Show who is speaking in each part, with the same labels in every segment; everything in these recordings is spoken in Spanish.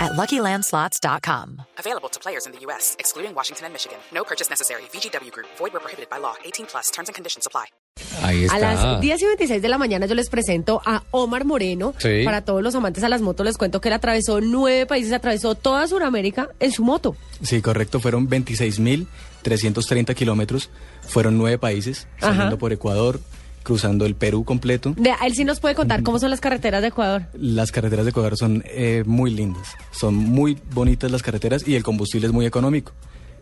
Speaker 1: at luckylandslots.com.
Speaker 2: Available to players in the U.S., excluding Washington and Michigan. No purchase necessary. VGW Group, void were prohibited by law. 18 plus terms and conditions apply.
Speaker 3: Ahí
Speaker 4: A las
Speaker 3: está.
Speaker 4: 10 y 26 de la mañana yo les presento a Omar Moreno.
Speaker 3: Sí.
Speaker 4: Para todos los amantes a las motos les cuento que él atravesó nueve países, atravesó toda Sudamérica en su moto.
Speaker 5: Sí, correcto, fueron 26.330 kilómetros, fueron nueve países,
Speaker 4: Ajá.
Speaker 5: saliendo por Ecuador, cruzando el Perú completo.
Speaker 4: De, él sí nos puede contar cómo son las carreteras de Ecuador.
Speaker 5: Las carreteras de Ecuador son eh, muy lindas, son muy bonitas las carreteras y el combustible es muy económico.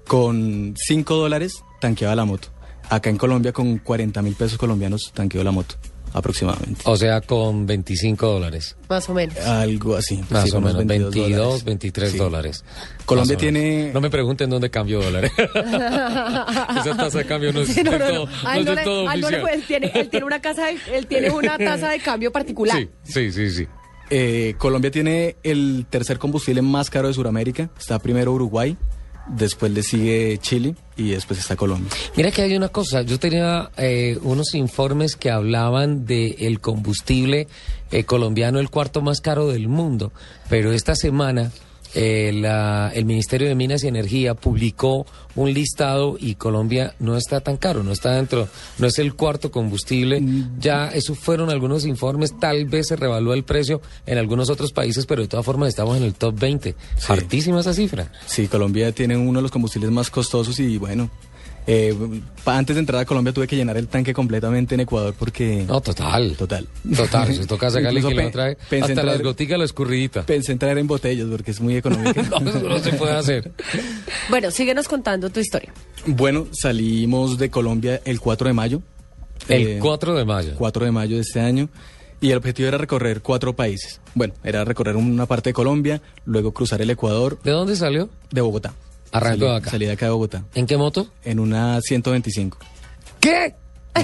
Speaker 5: Con 5 dólares tanqueaba la moto. Acá en Colombia con 40 mil pesos colombianos tanqueó la moto, aproximadamente.
Speaker 3: O sea, con 25 dólares.
Speaker 4: Más o menos.
Speaker 5: Algo así.
Speaker 3: Más
Speaker 5: sí,
Speaker 3: o
Speaker 5: unos
Speaker 3: menos, 22,
Speaker 5: 22
Speaker 3: 23
Speaker 5: Sí.
Speaker 3: dólares.
Speaker 5: Colombia
Speaker 3: Más o menos.
Speaker 5: tiene-
Speaker 3: No me pregunten dónde cambio dólares. Esa tasa de cambio no es
Speaker 4: Sí, no,
Speaker 3: del
Speaker 4: no,
Speaker 3: todo,
Speaker 4: no. A él no
Speaker 3: no es del
Speaker 4: le-
Speaker 3: todo
Speaker 4: a él no le
Speaker 3: oficial.
Speaker 4: puede- él tiene, él tiene una casa, de- él tiene una tasa de cambio particular.
Speaker 3: Sí, sí, sí, sí.
Speaker 5: Eh, Colombia tiene el tercer combustible más caro de Sudamérica. Está primero Uruguay, después le sigue Chile y después está Colombia.
Speaker 3: Mira que hay una cosa, yo tenía eh, unos informes que hablaban del el combustible eh, colombiano, el cuarto más caro del mundo, pero esta semana eh, la- el Ministerio de Minas y Energía publicó un listado y Colombia no está tan caro, no está dentro, no es el cuarto combustible, ya esos fueron algunos informes, tal vez se revalúa el precio en algunos otros países, pero de todas formas estamos en el top 20,
Speaker 5: Sí.
Speaker 3: hartísima esa cifra.
Speaker 5: Sí, Colombia tiene uno de los combustibles más costosos y bueno, eh, pa- antes de entrar a Colombia tuve que llenar el tanque completamente en Ecuador porque...
Speaker 3: No, total.
Speaker 5: Total.
Speaker 3: Total, se toca sacarle
Speaker 5: Incluso
Speaker 3: que le
Speaker 5: pe-
Speaker 3: trae
Speaker 5: pensé
Speaker 3: hasta
Speaker 5: en
Speaker 3: las
Speaker 5: traer-
Speaker 3: goticas, la escurridita.
Speaker 5: Pensé en traer en botellas porque es muy económico.
Speaker 3: No, eso no se puede hacer.
Speaker 4: Bueno, síguenos contando tu historia.
Speaker 5: Bueno, salimos de Colombia el 4 de mayo.
Speaker 3: El
Speaker 5: Eh,
Speaker 3: 4 de mayo.
Speaker 5: 4 de mayo de este año. Y el objetivo era recorrer cuatro países. Bueno, era recorrer una parte de Colombia, luego cruzar el Ecuador
Speaker 3: ¿De dónde salió?
Speaker 5: de Bogotá.
Speaker 3: Arrancó
Speaker 5: Salí-
Speaker 3: acá.
Speaker 5: Salí de acá de Bogotá.
Speaker 3: ¿En qué moto?
Speaker 5: En una 125.
Speaker 3: ¿Qué?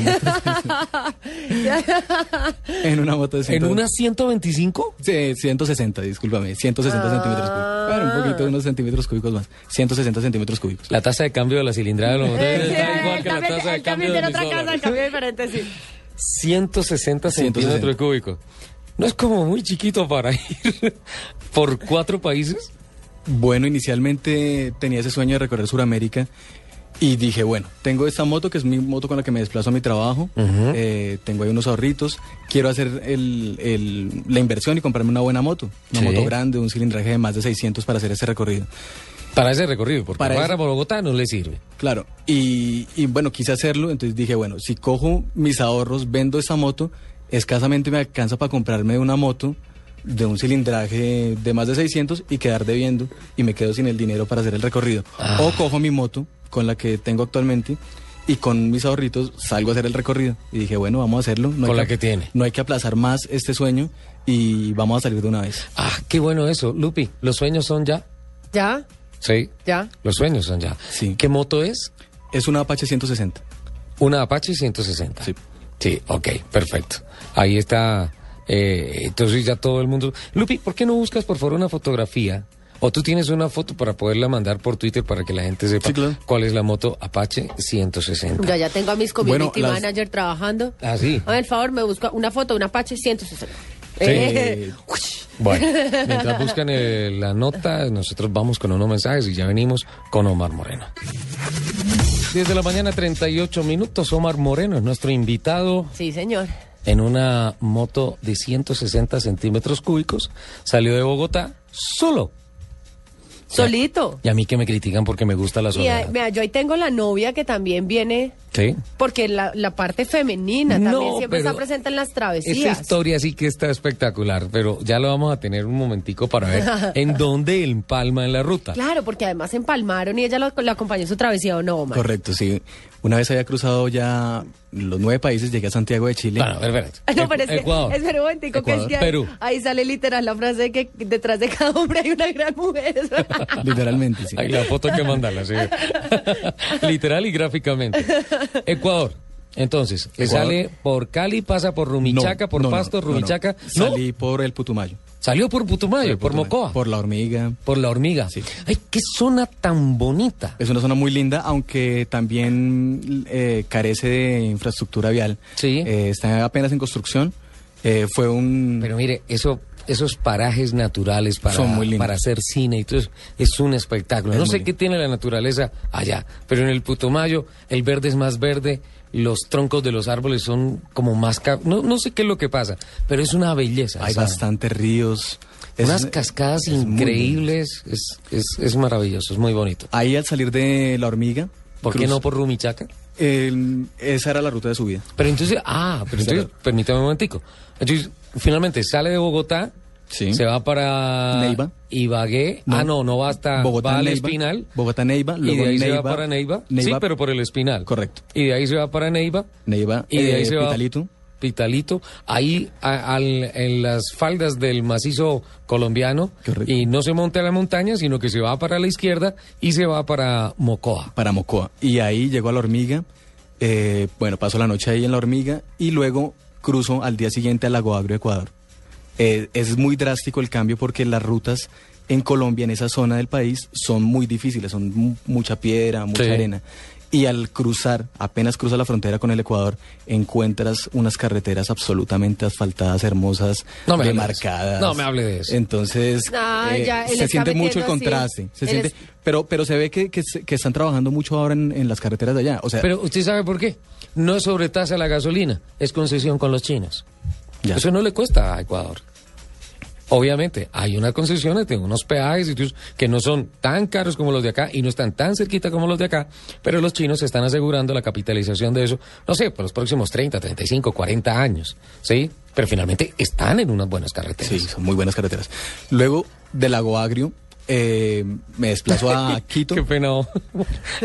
Speaker 5: En una moto de
Speaker 3: ¿En
Speaker 5: 125.
Speaker 3: una 125?
Speaker 5: Sí, 160, discúlpame.
Speaker 3: Ah.
Speaker 5: 160 centímetros cúbicos. Bueno, un poquito, unos centímetros cúbicos más. 160 centímetros cúbicos.
Speaker 3: La tasa de cambio de la cilindrada de los motores
Speaker 4: Sí,
Speaker 3: está igual
Speaker 4: él
Speaker 3: que la
Speaker 4: también-
Speaker 3: tasa de
Speaker 4: él también
Speaker 3: cambio de
Speaker 4: tiene
Speaker 3: mis
Speaker 4: otra casa, de
Speaker 3: dólares.
Speaker 4: cambio diferente, sí.
Speaker 3: 160 centímetros
Speaker 5: 160.
Speaker 3: cúbicos. No es como muy chiquito para ir por cuatro países.
Speaker 5: Bueno, inicialmente tenía ese sueño de recorrer Sudamérica y dije, bueno, tengo esta moto que es mi moto con la que me desplazo a mi trabajo, eh, tengo ahí unos ahorritos, quiero hacer el- el- la inversión y comprarme una buena moto, una
Speaker 3: Sí.
Speaker 5: moto grande, un cilindraje de más de 600 para hacer ese recorrido.
Speaker 3: Para ese recorrido, porque
Speaker 5: Para
Speaker 3: para,
Speaker 5: ese-
Speaker 3: Bogotá no le sirve.
Speaker 5: Claro, y, y bueno, quise hacerlo, entonces dije, bueno, si cojo mis ahorros, vendo esa moto, escasamente me alcanza para comprarme una moto de un cilindraje de más de 600 y quedar debiendo y me quedo sin el dinero para hacer el recorrido.
Speaker 3: Ah.
Speaker 5: O cojo mi moto con la que tengo actualmente y con mis ahorritos salgo a hacer el recorrido. Y dije, bueno, vamos a hacerlo. No hay
Speaker 3: Con la que tiene.
Speaker 5: No hay que aplazar más este sueño y vamos a salir de una vez.
Speaker 3: Ah, qué bueno eso. Lupi, los sueños son ya.
Speaker 4: Ya,
Speaker 3: Sí.
Speaker 4: ya.
Speaker 3: Los sueños son ya.
Speaker 5: Sí.
Speaker 3: ¿Qué moto es?
Speaker 5: Es una Apache 160.
Speaker 3: Una Apache 160.
Speaker 5: Sí.
Speaker 3: Sí, ok, perfecto. Ahí está. eh, entonces ya todo el mundo. Lupi, ¿por qué no buscas por favor una fotografía? O tú tienes una foto para poderla mandar por Twitter para que la gente sepa
Speaker 5: Sí, claro.
Speaker 3: cuál es la moto Apache 160.
Speaker 4: Yo ya tengo a mis community
Speaker 5: Bueno, las-
Speaker 4: manager trabajando.
Speaker 3: Ah, sí.
Speaker 4: A ver, favor, me busca una foto de un Apache 160.
Speaker 5: Eh,
Speaker 3: Bueno, mientras buscan eh, la nota, nosotros vamos con unos mensajes y ya venimos con Omar Moreno. Desde la mañana 38 minutos, Omar Moreno es nuestro invitado.
Speaker 4: Sí, señor.
Speaker 3: en una moto de 160 centímetros cúbicos, salió de Bogotá solo.
Speaker 4: Solito.
Speaker 3: Y a mí que me critican porque me gusta la
Speaker 4: Y ah,
Speaker 3: soledad.
Speaker 4: mira, yo ahí tengo la novia que también viene,
Speaker 3: Sí.
Speaker 4: porque la, la parte femenina también siempre
Speaker 3: pero
Speaker 4: está presente en las
Speaker 3: Esta
Speaker 4: travesías.
Speaker 3: historia sí que está espectacular, pero ya lo vamos a tener un momentico para ver en dónde empalma en la ruta.
Speaker 4: Claro, porque además se empalmaron y ella lo, lo acompañó en su travesía o no, Omar?
Speaker 5: Correcto, sí. Una vez había cruzado ya los nueve países, llegué a Santiago de Chile.
Speaker 3: Bueno, a ver, espérate.
Speaker 4: Ah, No, pero es que,
Speaker 3: Ecuador.
Speaker 4: espera un momentico, que es
Speaker 3: Ecuador.
Speaker 4: que ahí-
Speaker 3: Perú.
Speaker 4: ahí sale literal la frase de que detrás de cada hombre hay una gran mujer.
Speaker 5: Literalmente, sí.
Speaker 3: Ay, la foto hay que mandarla, sí. Literal y gráficamente. Ecuador. Entonces, le
Speaker 5: Ecuador.
Speaker 3: sale por Cali, pasa por Rumichaca,
Speaker 5: No,
Speaker 3: por
Speaker 5: no, no,
Speaker 3: Pasto,
Speaker 5: no, no.
Speaker 3: Rumichaca. No,
Speaker 5: Salí por el Putumayo.
Speaker 3: salió por Putumayo, por,
Speaker 5: Putumayo,
Speaker 3: Mocoa, por,
Speaker 5: Por la hormiga.
Speaker 3: la hormiga.
Speaker 5: Sí.
Speaker 3: Ay, qué zona tan bonita.
Speaker 5: Es una zona muy linda, aunque también eh, carece de infraestructura vial.
Speaker 3: Sí.
Speaker 5: Eh, está apenas en construcción. Eh, fue un...
Speaker 3: Pero mire, eso, esos parajes naturales para,
Speaker 5: Son muy lindos.
Speaker 3: para hacer cine y todo eso, es un espectáculo.
Speaker 5: Es
Speaker 3: no
Speaker 5: muy
Speaker 3: sé
Speaker 5: lindo.
Speaker 3: qué tiene la naturaleza allá, pero en el Putumayo el verde es más verde, los troncos de los árboles son como más... ca- No, no sé qué es lo que pasa, pero es una belleza.
Speaker 5: hay
Speaker 3: esa-
Speaker 5: bastantes ríos. Es-
Speaker 3: Unas cascadas
Speaker 5: es muy lindo.
Speaker 3: increíbles, es, es- es maravilloso, es muy bonito.
Speaker 5: Ahí al salir de la hormiga...
Speaker 3: ¿Por qué
Speaker 5: cruz-
Speaker 3: no por Rumichaca?
Speaker 5: el- esa era la ruta de subida.
Speaker 3: Pero entonces, ah, pero entonces,
Speaker 5: Claro.
Speaker 3: permítame un momentico. Entonces, finalmente sale de Bogotá,
Speaker 5: Sí.
Speaker 3: se va para
Speaker 5: Neiva.
Speaker 3: Ibagué. Ah, no, no va hasta
Speaker 5: Bogotá,
Speaker 3: va al
Speaker 5: Neiva,
Speaker 3: Espinal.
Speaker 5: Bogotá, Neiva,
Speaker 3: y
Speaker 5: luego
Speaker 3: de ahí se va
Speaker 5: Neiva,
Speaker 3: para Neiva. Sí,
Speaker 5: Neiva.
Speaker 3: pero por el Espinal.
Speaker 5: Correcto.
Speaker 3: Y de ahí se va para Neiva.
Speaker 5: Neiva,
Speaker 3: Y de ahí
Speaker 5: eh,
Speaker 3: se va
Speaker 5: Pitalito.
Speaker 3: Pitalito, ahí a- al- en las faldas del macizo colombiano
Speaker 5: Correcto.
Speaker 3: y no se monta a la montaña, sino que se va para la izquierda y se va para Mocoa.
Speaker 5: para Mocoa. Y ahí llegó a la hormiga. eh, bueno, pasó la noche ahí en la hormiga y luego cruzo al día siguiente al Lago Agrio, Ecuador. Eh, es muy drástico el cambio porque las rutas en Colombia, en esa zona del país, son muy difíciles, son mu- mucha piedra, mucha
Speaker 3: Sí.
Speaker 5: arena. Y al cruzar, apenas cruza la frontera con el Ecuador, encuentras unas carreteras absolutamente asfaltadas, hermosas,
Speaker 3: No me hable de eso.
Speaker 5: demarcadas.
Speaker 3: No me hable de eso.
Speaker 5: Entonces, eh,
Speaker 4: Ah, ya, él
Speaker 5: se
Speaker 4: está
Speaker 5: siente mucho el
Speaker 4: metiendo así.
Speaker 5: contraste. Se
Speaker 4: Él
Speaker 5: siente,
Speaker 4: es-
Speaker 5: pero, pero se ve que, que se- que están trabajando mucho ahora en, en las carreteras de allá. O sea,
Speaker 3: Pero usted sabe por qué. No es sobretasa la gasolina, es concesión con los chinos.
Speaker 5: Ya.
Speaker 3: Eso no le cuesta a Ecuador. Obviamente, hay unas concesiones, tengo unos peajes y tus- que no son tan caros como los de acá y no están tan cerquita como los de acá, pero los chinos se están asegurando la capitalización de eso, no sé, por los próximos 30, 35, 40 años, ¿sí? Pero finalmente están en unas buenas carreteras.
Speaker 5: sí, son muy buenas carreteras. Luego, del Lago Agrio, eh, me desplazo a Quito.
Speaker 3: Qué pena, oh.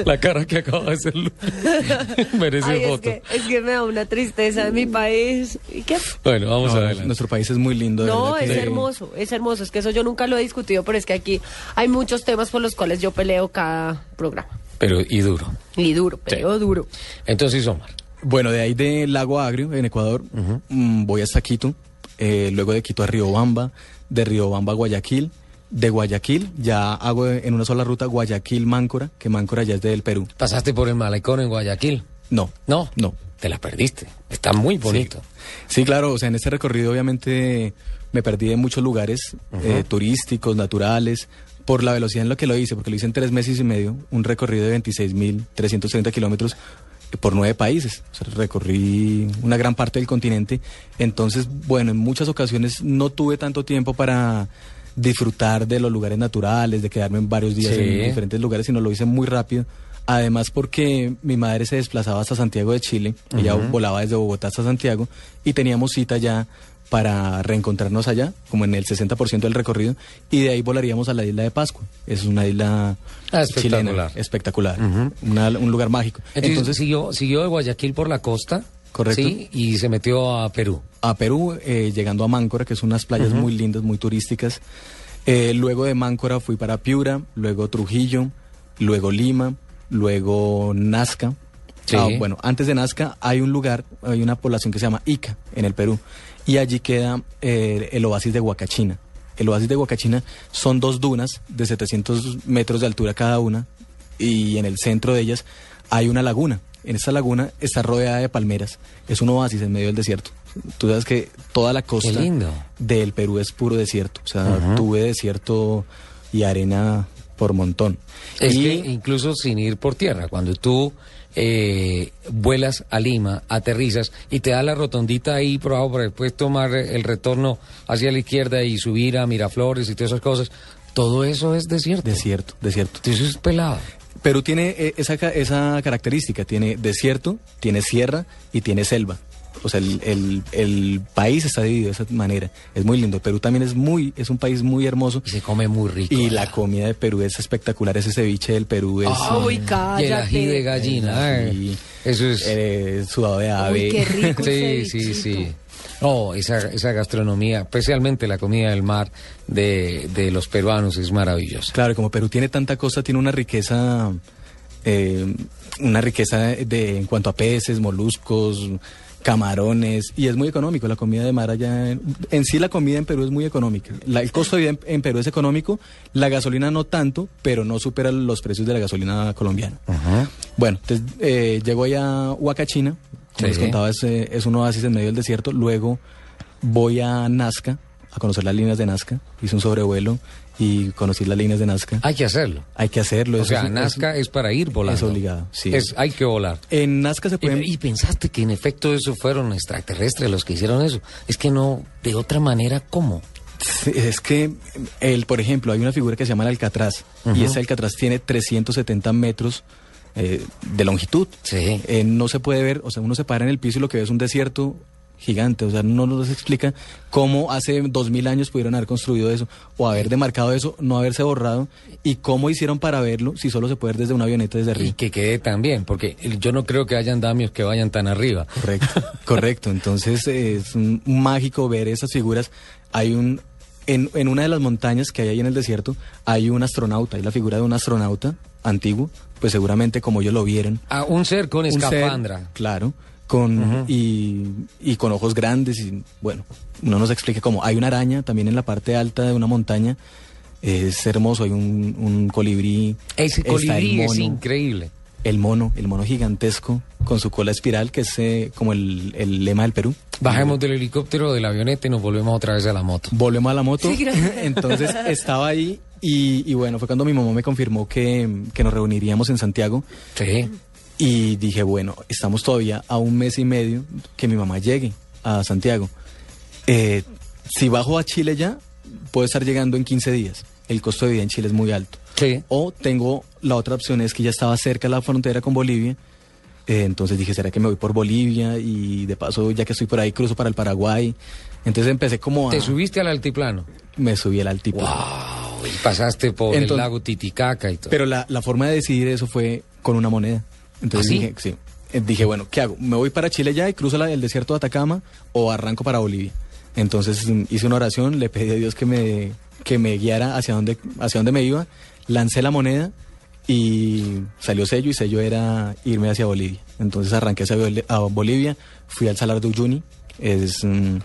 Speaker 3: la cara que acaba de hacer Lu- merece
Speaker 4: Ay, es,
Speaker 3: foto.
Speaker 4: que, es que me da una tristeza de mi país. ¿Y qué?
Speaker 3: Bueno, vamos
Speaker 5: No,
Speaker 3: adelante.
Speaker 5: nuestro país es muy lindo. de
Speaker 4: No,
Speaker 5: verdad
Speaker 4: es
Speaker 5: que-
Speaker 4: hermoso, es hermoso. Es que eso yo nunca lo he discutido, pero es que aquí hay muchos temas por los cuales yo peleo cada programa.
Speaker 3: Pero, y duro.
Speaker 4: Y duro, peleo duro.
Speaker 3: Entonces, Omar,
Speaker 5: Bueno, de ahí del Lago Agrio, en Ecuador, mm, voy hasta Quito. eh, luego de Quito a Riobamba, de Riobamba a Guayaquil. De Guayaquil, ya hago en una sola ruta Guayaquil-Máncora, que Máncora ya es del Perú.
Speaker 3: pasaste por el malecón en Guayaquil.
Speaker 5: No.
Speaker 3: No,
Speaker 5: No.
Speaker 3: Te la perdiste. Está muy bonito.
Speaker 5: Sí, claro, o sea, en este recorrido obviamente me perdí en muchos lugares eh, turísticos, naturales, por la velocidad en la que lo hice, porque lo hice en tres meses y medio, un recorrido de 26.330 kilómetros eh, por nueve países. O sea, recorrí una gran parte del continente. Entonces, bueno, en muchas ocasiones no tuve tanto tiempo para disfrutar de los lugares naturales, de quedarme en varios días
Speaker 3: Sí.
Speaker 5: en diferentes lugares, sino lo hice muy rápido. Además porque mi madre se desplazaba hasta Santiago de Chile, ella volaba desde Bogotá hasta Santiago y teníamos cita ya para reencontrarnos allá, como en el 60% del recorrido, y de ahí volaríamos a la isla de Pascua. Es una isla
Speaker 3: Ah, espectacular.
Speaker 5: chilena, espectacular, una- un lugar mágico.
Speaker 3: Entonces, siguió, siguió de Guayaquil por la costa.
Speaker 5: Correcto.
Speaker 3: ¿sí? Y se metió a Perú.
Speaker 5: a Perú, eh, llegando a Máncora, que son unas playas muy lindas, muy turísticas. Eh, luego de Máncora fui para Piura, luego Trujillo, luego Lima, luego Nazca.
Speaker 3: Sí.
Speaker 5: Ah, bueno, antes de Nazca hay un lugar, hay una población que se llama Ica, en el Perú, y allí queda eh, el oasis de Huacachina. El oasis de Huacachina son dos dunas de 700 metros de altura cada una, y en el centro de ellas hay una laguna. En esta laguna está rodeada de palmeras. Es un oasis en medio del desierto. Tú sabes que toda la costa
Speaker 3: lindo.
Speaker 5: del Perú es puro desierto. O sea, tuve desierto y arena por montón.
Speaker 3: Es
Speaker 5: Y-
Speaker 3: que incluso sin ir por tierra, cuando tú eh, vuelas a Lima, aterrizas y te da la rotondita ahí, probado para después tomar el retorno hacia la izquierda y subir a Miraflores y todas esas cosas, todo eso es desierto.
Speaker 5: Desierto, desierto.
Speaker 3: Eso es pelado.
Speaker 5: Perú tiene eh, esa, ca- esa característica, tiene desierto, tiene sierra y tiene selva. O sea, el, el- el país está dividido de esa manera. Es muy lindo. Perú también es muy, es un país muy hermoso.
Speaker 3: Y se come muy rico. Ah,
Speaker 5: Y la comida de Perú es espectacular. Ese ceviche del Perú es
Speaker 4: Ah, Uy,
Speaker 3: Y el ají
Speaker 4: cállate.
Speaker 3: de gallina. ay,
Speaker 5: y,
Speaker 3: eso es.
Speaker 5: eh, sudado de ave.
Speaker 4: qué rico. un
Speaker 3: Sí, sí,
Speaker 4: cevichito.
Speaker 3: sí. No, esa, esa gastronomía, especialmente la comida del mar de, de los peruanos, es maravillosa.
Speaker 5: Claro, como Perú tiene tanta cosa, tiene una riqueza eh, una riqueza de, de- en cuanto a peces, moluscos, camarones, y es muy económico la comida de mar allá. En, en sí la comida en Perú es muy económica. La- el costo de vida en, en Perú es económico, la gasolina no tanto, pero no supera los precios de la gasolina colombiana. Bueno, entonces eh, llegó allá Huacachina, como les
Speaker 3: Sí.
Speaker 5: contaba, es, eh, es un oasis en medio del desierto, luego voy a Nazca, a conocer las líneas de Nazca, hice un sobrevuelo y conocí las líneas de Nazca.
Speaker 3: Hay que hacerlo.
Speaker 5: Hay que hacerlo.
Speaker 3: O
Speaker 5: eso
Speaker 3: sea,
Speaker 5: es- es-
Speaker 3: Nazca es, para ir volando.
Speaker 5: es obligado, sí. Eh,
Speaker 3: Es- hay que volar.
Speaker 5: En Nazca se
Speaker 3: Y,
Speaker 5: pueden...
Speaker 3: y pensaste que en efecto eso fueron extraterrestres los que hicieron eso. Es que no, de otra manera, ¿cómo?
Speaker 5: Sí, Es que, el, por ejemplo, hay una figura que se llama el Alcatraz y ese Alcatraz tiene 370 metros eh, de longitud.
Speaker 3: Sí.
Speaker 5: Eh, no se puede ver, o sea, uno se para en el piso y lo que ve es un desierto gigante. O sea, no nos explica cómo hace 2000 años pudieron haber construido eso o haber demarcado eso, no haberse borrado y cómo hicieron para verlo si solo se puede ver desde una avioneta desde
Speaker 3: Y
Speaker 5: arriba.
Speaker 3: que quede tan bien, porque yo no creo que hayan damios que vayan tan arriba.
Speaker 5: Correcto, correcto. Entonces eh, es un- un mágico ver esas figuras. Hay un en, en una de las montañas que hay ahí en el desierto hay un astronauta, hay la figura de un astronauta antiguo, pues seguramente como ellos lo vieron.
Speaker 3: A un ser con
Speaker 5: Un ser,
Speaker 3: escafandra.
Speaker 5: claro, con y, y con ojos grandes y bueno, no nos explica cómo. Hay una araña también en la parte alta de una montaña. Es hermoso, hay un, un colibrí.
Speaker 3: Ese
Speaker 5: está
Speaker 3: colibrí
Speaker 5: el
Speaker 3: es
Speaker 5: mono.
Speaker 3: increíble.
Speaker 5: El mono, el mono gigantesco con su cola espiral, que es eh, como el, el lema del Perú.
Speaker 3: Bajemos del helicóptero, de la avioneta y nos volvemos otra vez a la moto.
Speaker 5: Volvemos a la moto.
Speaker 4: Sí, gracias.
Speaker 5: Entonces estaba ahí y, y bueno, fue cuando mi mamá me confirmó que, que nos reuniríamos en Santiago
Speaker 3: Sí.
Speaker 5: y dije, bueno, estamos todavía a un mes y medio que mi mamá llegue a Santiago. Eh, si bajo a Chile ya, puedo estar llegando en 15 días. El costo de vida en Chile es muy alto.
Speaker 3: Sí.
Speaker 5: O tengo la otra opción es que ya estaba cerca de la frontera con Bolivia. Eh, entonces dije, ¿será que me voy por Bolivia? Y de paso, ya que estoy por ahí, cruzo para el Paraguay. Entonces empecé como a...
Speaker 3: Te subiste al altiplano.
Speaker 5: Me subí al altiplano.
Speaker 3: Wow. Y pasaste por el
Speaker 5: Entonces-
Speaker 3: lago Titicaca y todo.
Speaker 5: Pero la, la forma de decidir eso fue con una moneda. Entonces
Speaker 3: ¿Ah, sí?
Speaker 5: dije, sí. Eh, Dije, bueno, ¿qué hago? ¿Me voy para Chile ya y cruzo la- el desierto de Atacama o arranco para Bolivia? Entonces mm, hice una oración, le pedí a Dios que me, que me guiara hacia donde, hacia donde me iba, lancé la moneda y salió sello y sello era irme hacia Bolivia. Entonces arranqué hacia Bol- a Bolivia, fui al Salar de Uyuni, es, mm,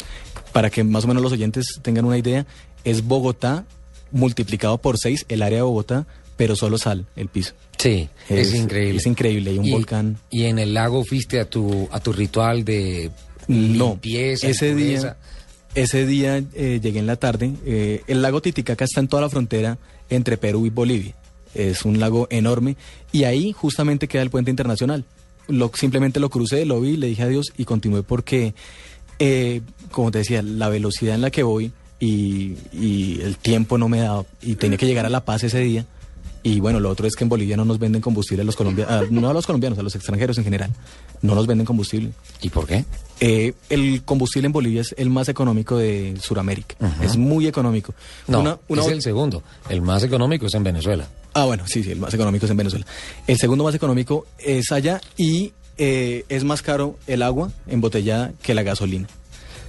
Speaker 5: para que más o menos los oyentes tengan una idea, es Bogotá multiplicado por 6 el área de Bogotá, pero solo sal, el piso.
Speaker 3: Sí, es,
Speaker 5: Es-
Speaker 3: increíble.
Speaker 5: es increíble, y un volcán.
Speaker 3: Y en el lago fuiste a tu, a tu ritual de
Speaker 5: No,
Speaker 3: limpieza. y
Speaker 5: ese
Speaker 3: pureza.
Speaker 5: día, ese día eh, llegué en la tarde. eh, el lago Titicaca está en toda la frontera entre Perú y Bolivia. Es un lago enorme y ahí justamente queda el puente internacional. Lo, simplemente lo crucé, lo vi, le dije adiós y continué porque, eh, como te decía, la velocidad en la que voy y, y el tiempo no me daba y tenía que llegar a La Paz ese día. Y bueno, lo otro es que en Bolivia no nos venden combustible a los colombianos, ah, no a los colombianos, a los extranjeros en general. No nos venden combustible.
Speaker 3: ¿Y por qué?
Speaker 5: Eh, el combustible en Bolivia es el más económico de Sudamérica. Es muy económico.
Speaker 3: No,
Speaker 5: Una- una
Speaker 3: es
Speaker 5: bot-
Speaker 3: el segundo. El más económico es en Venezuela.
Speaker 5: Ah, bueno, sí, sí, el más económico es en Venezuela. El segundo más económico es allá y eh, es más caro el agua embotellada que la gasolina.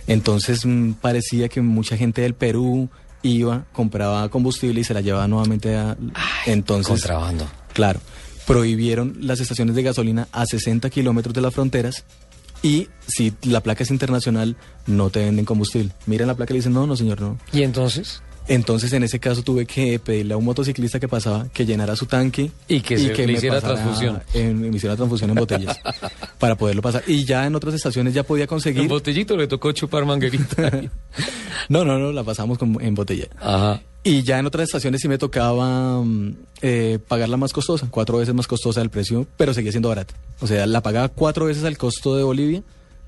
Speaker 5: Entonces mm, parecía que mucha gente del Perú iba, compraba combustible y se la llevaba nuevamente a... entonces,
Speaker 3: Contrabando.
Speaker 5: Claro, prohibieron las estaciones de gasolina a 60 kilómetros de las fronteras y si la placa es internacional no te venden combustible. Miran la placa y le dicen, no, no señor, no.
Speaker 3: ¿Y entonces?
Speaker 5: Entonces en ese caso tuve que pedirle a un motociclista que pasaba que llenara su tanque
Speaker 3: Y que se- le hiciera
Speaker 5: pasara
Speaker 3: transfusión.
Speaker 5: en- me hiciera transfusión en botellas para poderlo pasar. Y ya en otras estaciones ya podía
Speaker 3: El
Speaker 5: conseguir...
Speaker 3: botellito le tocó chupar manguerita.
Speaker 5: No, no, no, la pasamos con- en botella.
Speaker 3: Ajá.
Speaker 5: Y ya en otras estaciones sí me tocaba mm, eh, pagarla más costosa, cuatro veces más costosa el precio, pero seguía siendo barata. O sea, la pagaba cuatro veces al costo de Bolivia,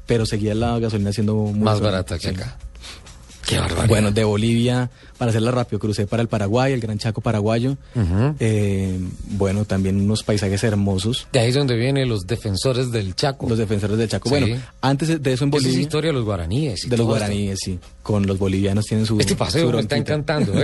Speaker 5: pero seguía la gasolina siendo muy
Speaker 3: Más
Speaker 5: económica.
Speaker 3: barata que
Speaker 5: Sí.
Speaker 3: acá. Qué barbaridad.
Speaker 5: Bueno, de Bolivia, para hacerla rápido, crucé para el Paraguay, el Gran Chaco paraguayo. Eh, bueno, también unos paisajes hermosos.
Speaker 3: de ahí es donde vienen los defensores del Chaco.
Speaker 5: Los defensores del Chaco.
Speaker 3: Oh. Sí.
Speaker 5: Bueno, antes de eso en
Speaker 3: Esa es
Speaker 5: Bolivia,
Speaker 3: historia de los guaraníes. y
Speaker 5: de los
Speaker 3: todo esto.
Speaker 5: guaraníes, sí. Con los bolivianos tienen su.
Speaker 3: Este paseo
Speaker 5: su
Speaker 3: me está
Speaker 5: bronquita.
Speaker 3: encantando,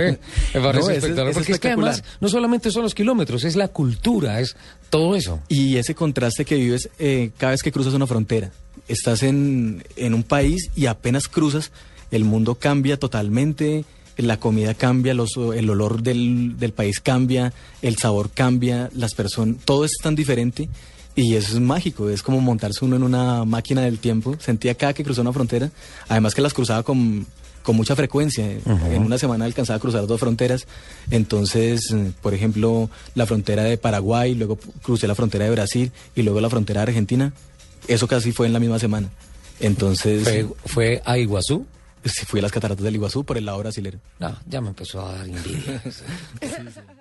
Speaker 3: ¿eh? Me parece
Speaker 5: No, es-
Speaker 3: espectacular.
Speaker 5: es
Speaker 3: porque es que
Speaker 5: espectacular.
Speaker 3: además, no solamente son los kilómetros, es la cultura, es todo eso.
Speaker 5: Y ese contraste que vives eh, cada vez que cruzas una frontera. Estás en, en un país y apenas cruzas, el mundo cambia totalmente. la comida cambia, los- el olor del, del país cambia, el sabor cambia, las personas, todo es tan diferente y eso es mágico, es como montarse uno en una máquina del tiempo. Sentía cada que cruzaba una frontera, además que las cruzaba con, con mucha frecuencia. En una semana alcanzaba a cruzar dos fronteras. Entonces, eh, por ejemplo, la frontera de Paraguay, luego p- crucé la frontera de Brasil y luego la frontera de Argentina. Eso casi fue en la misma semana. Entonces,
Speaker 3: ¿Fue, fue a Iguazú?
Speaker 5: sí, fui a las cataratas del Iguazú por el lado brasilero.
Speaker 3: No, ya me empezó a dar envidia.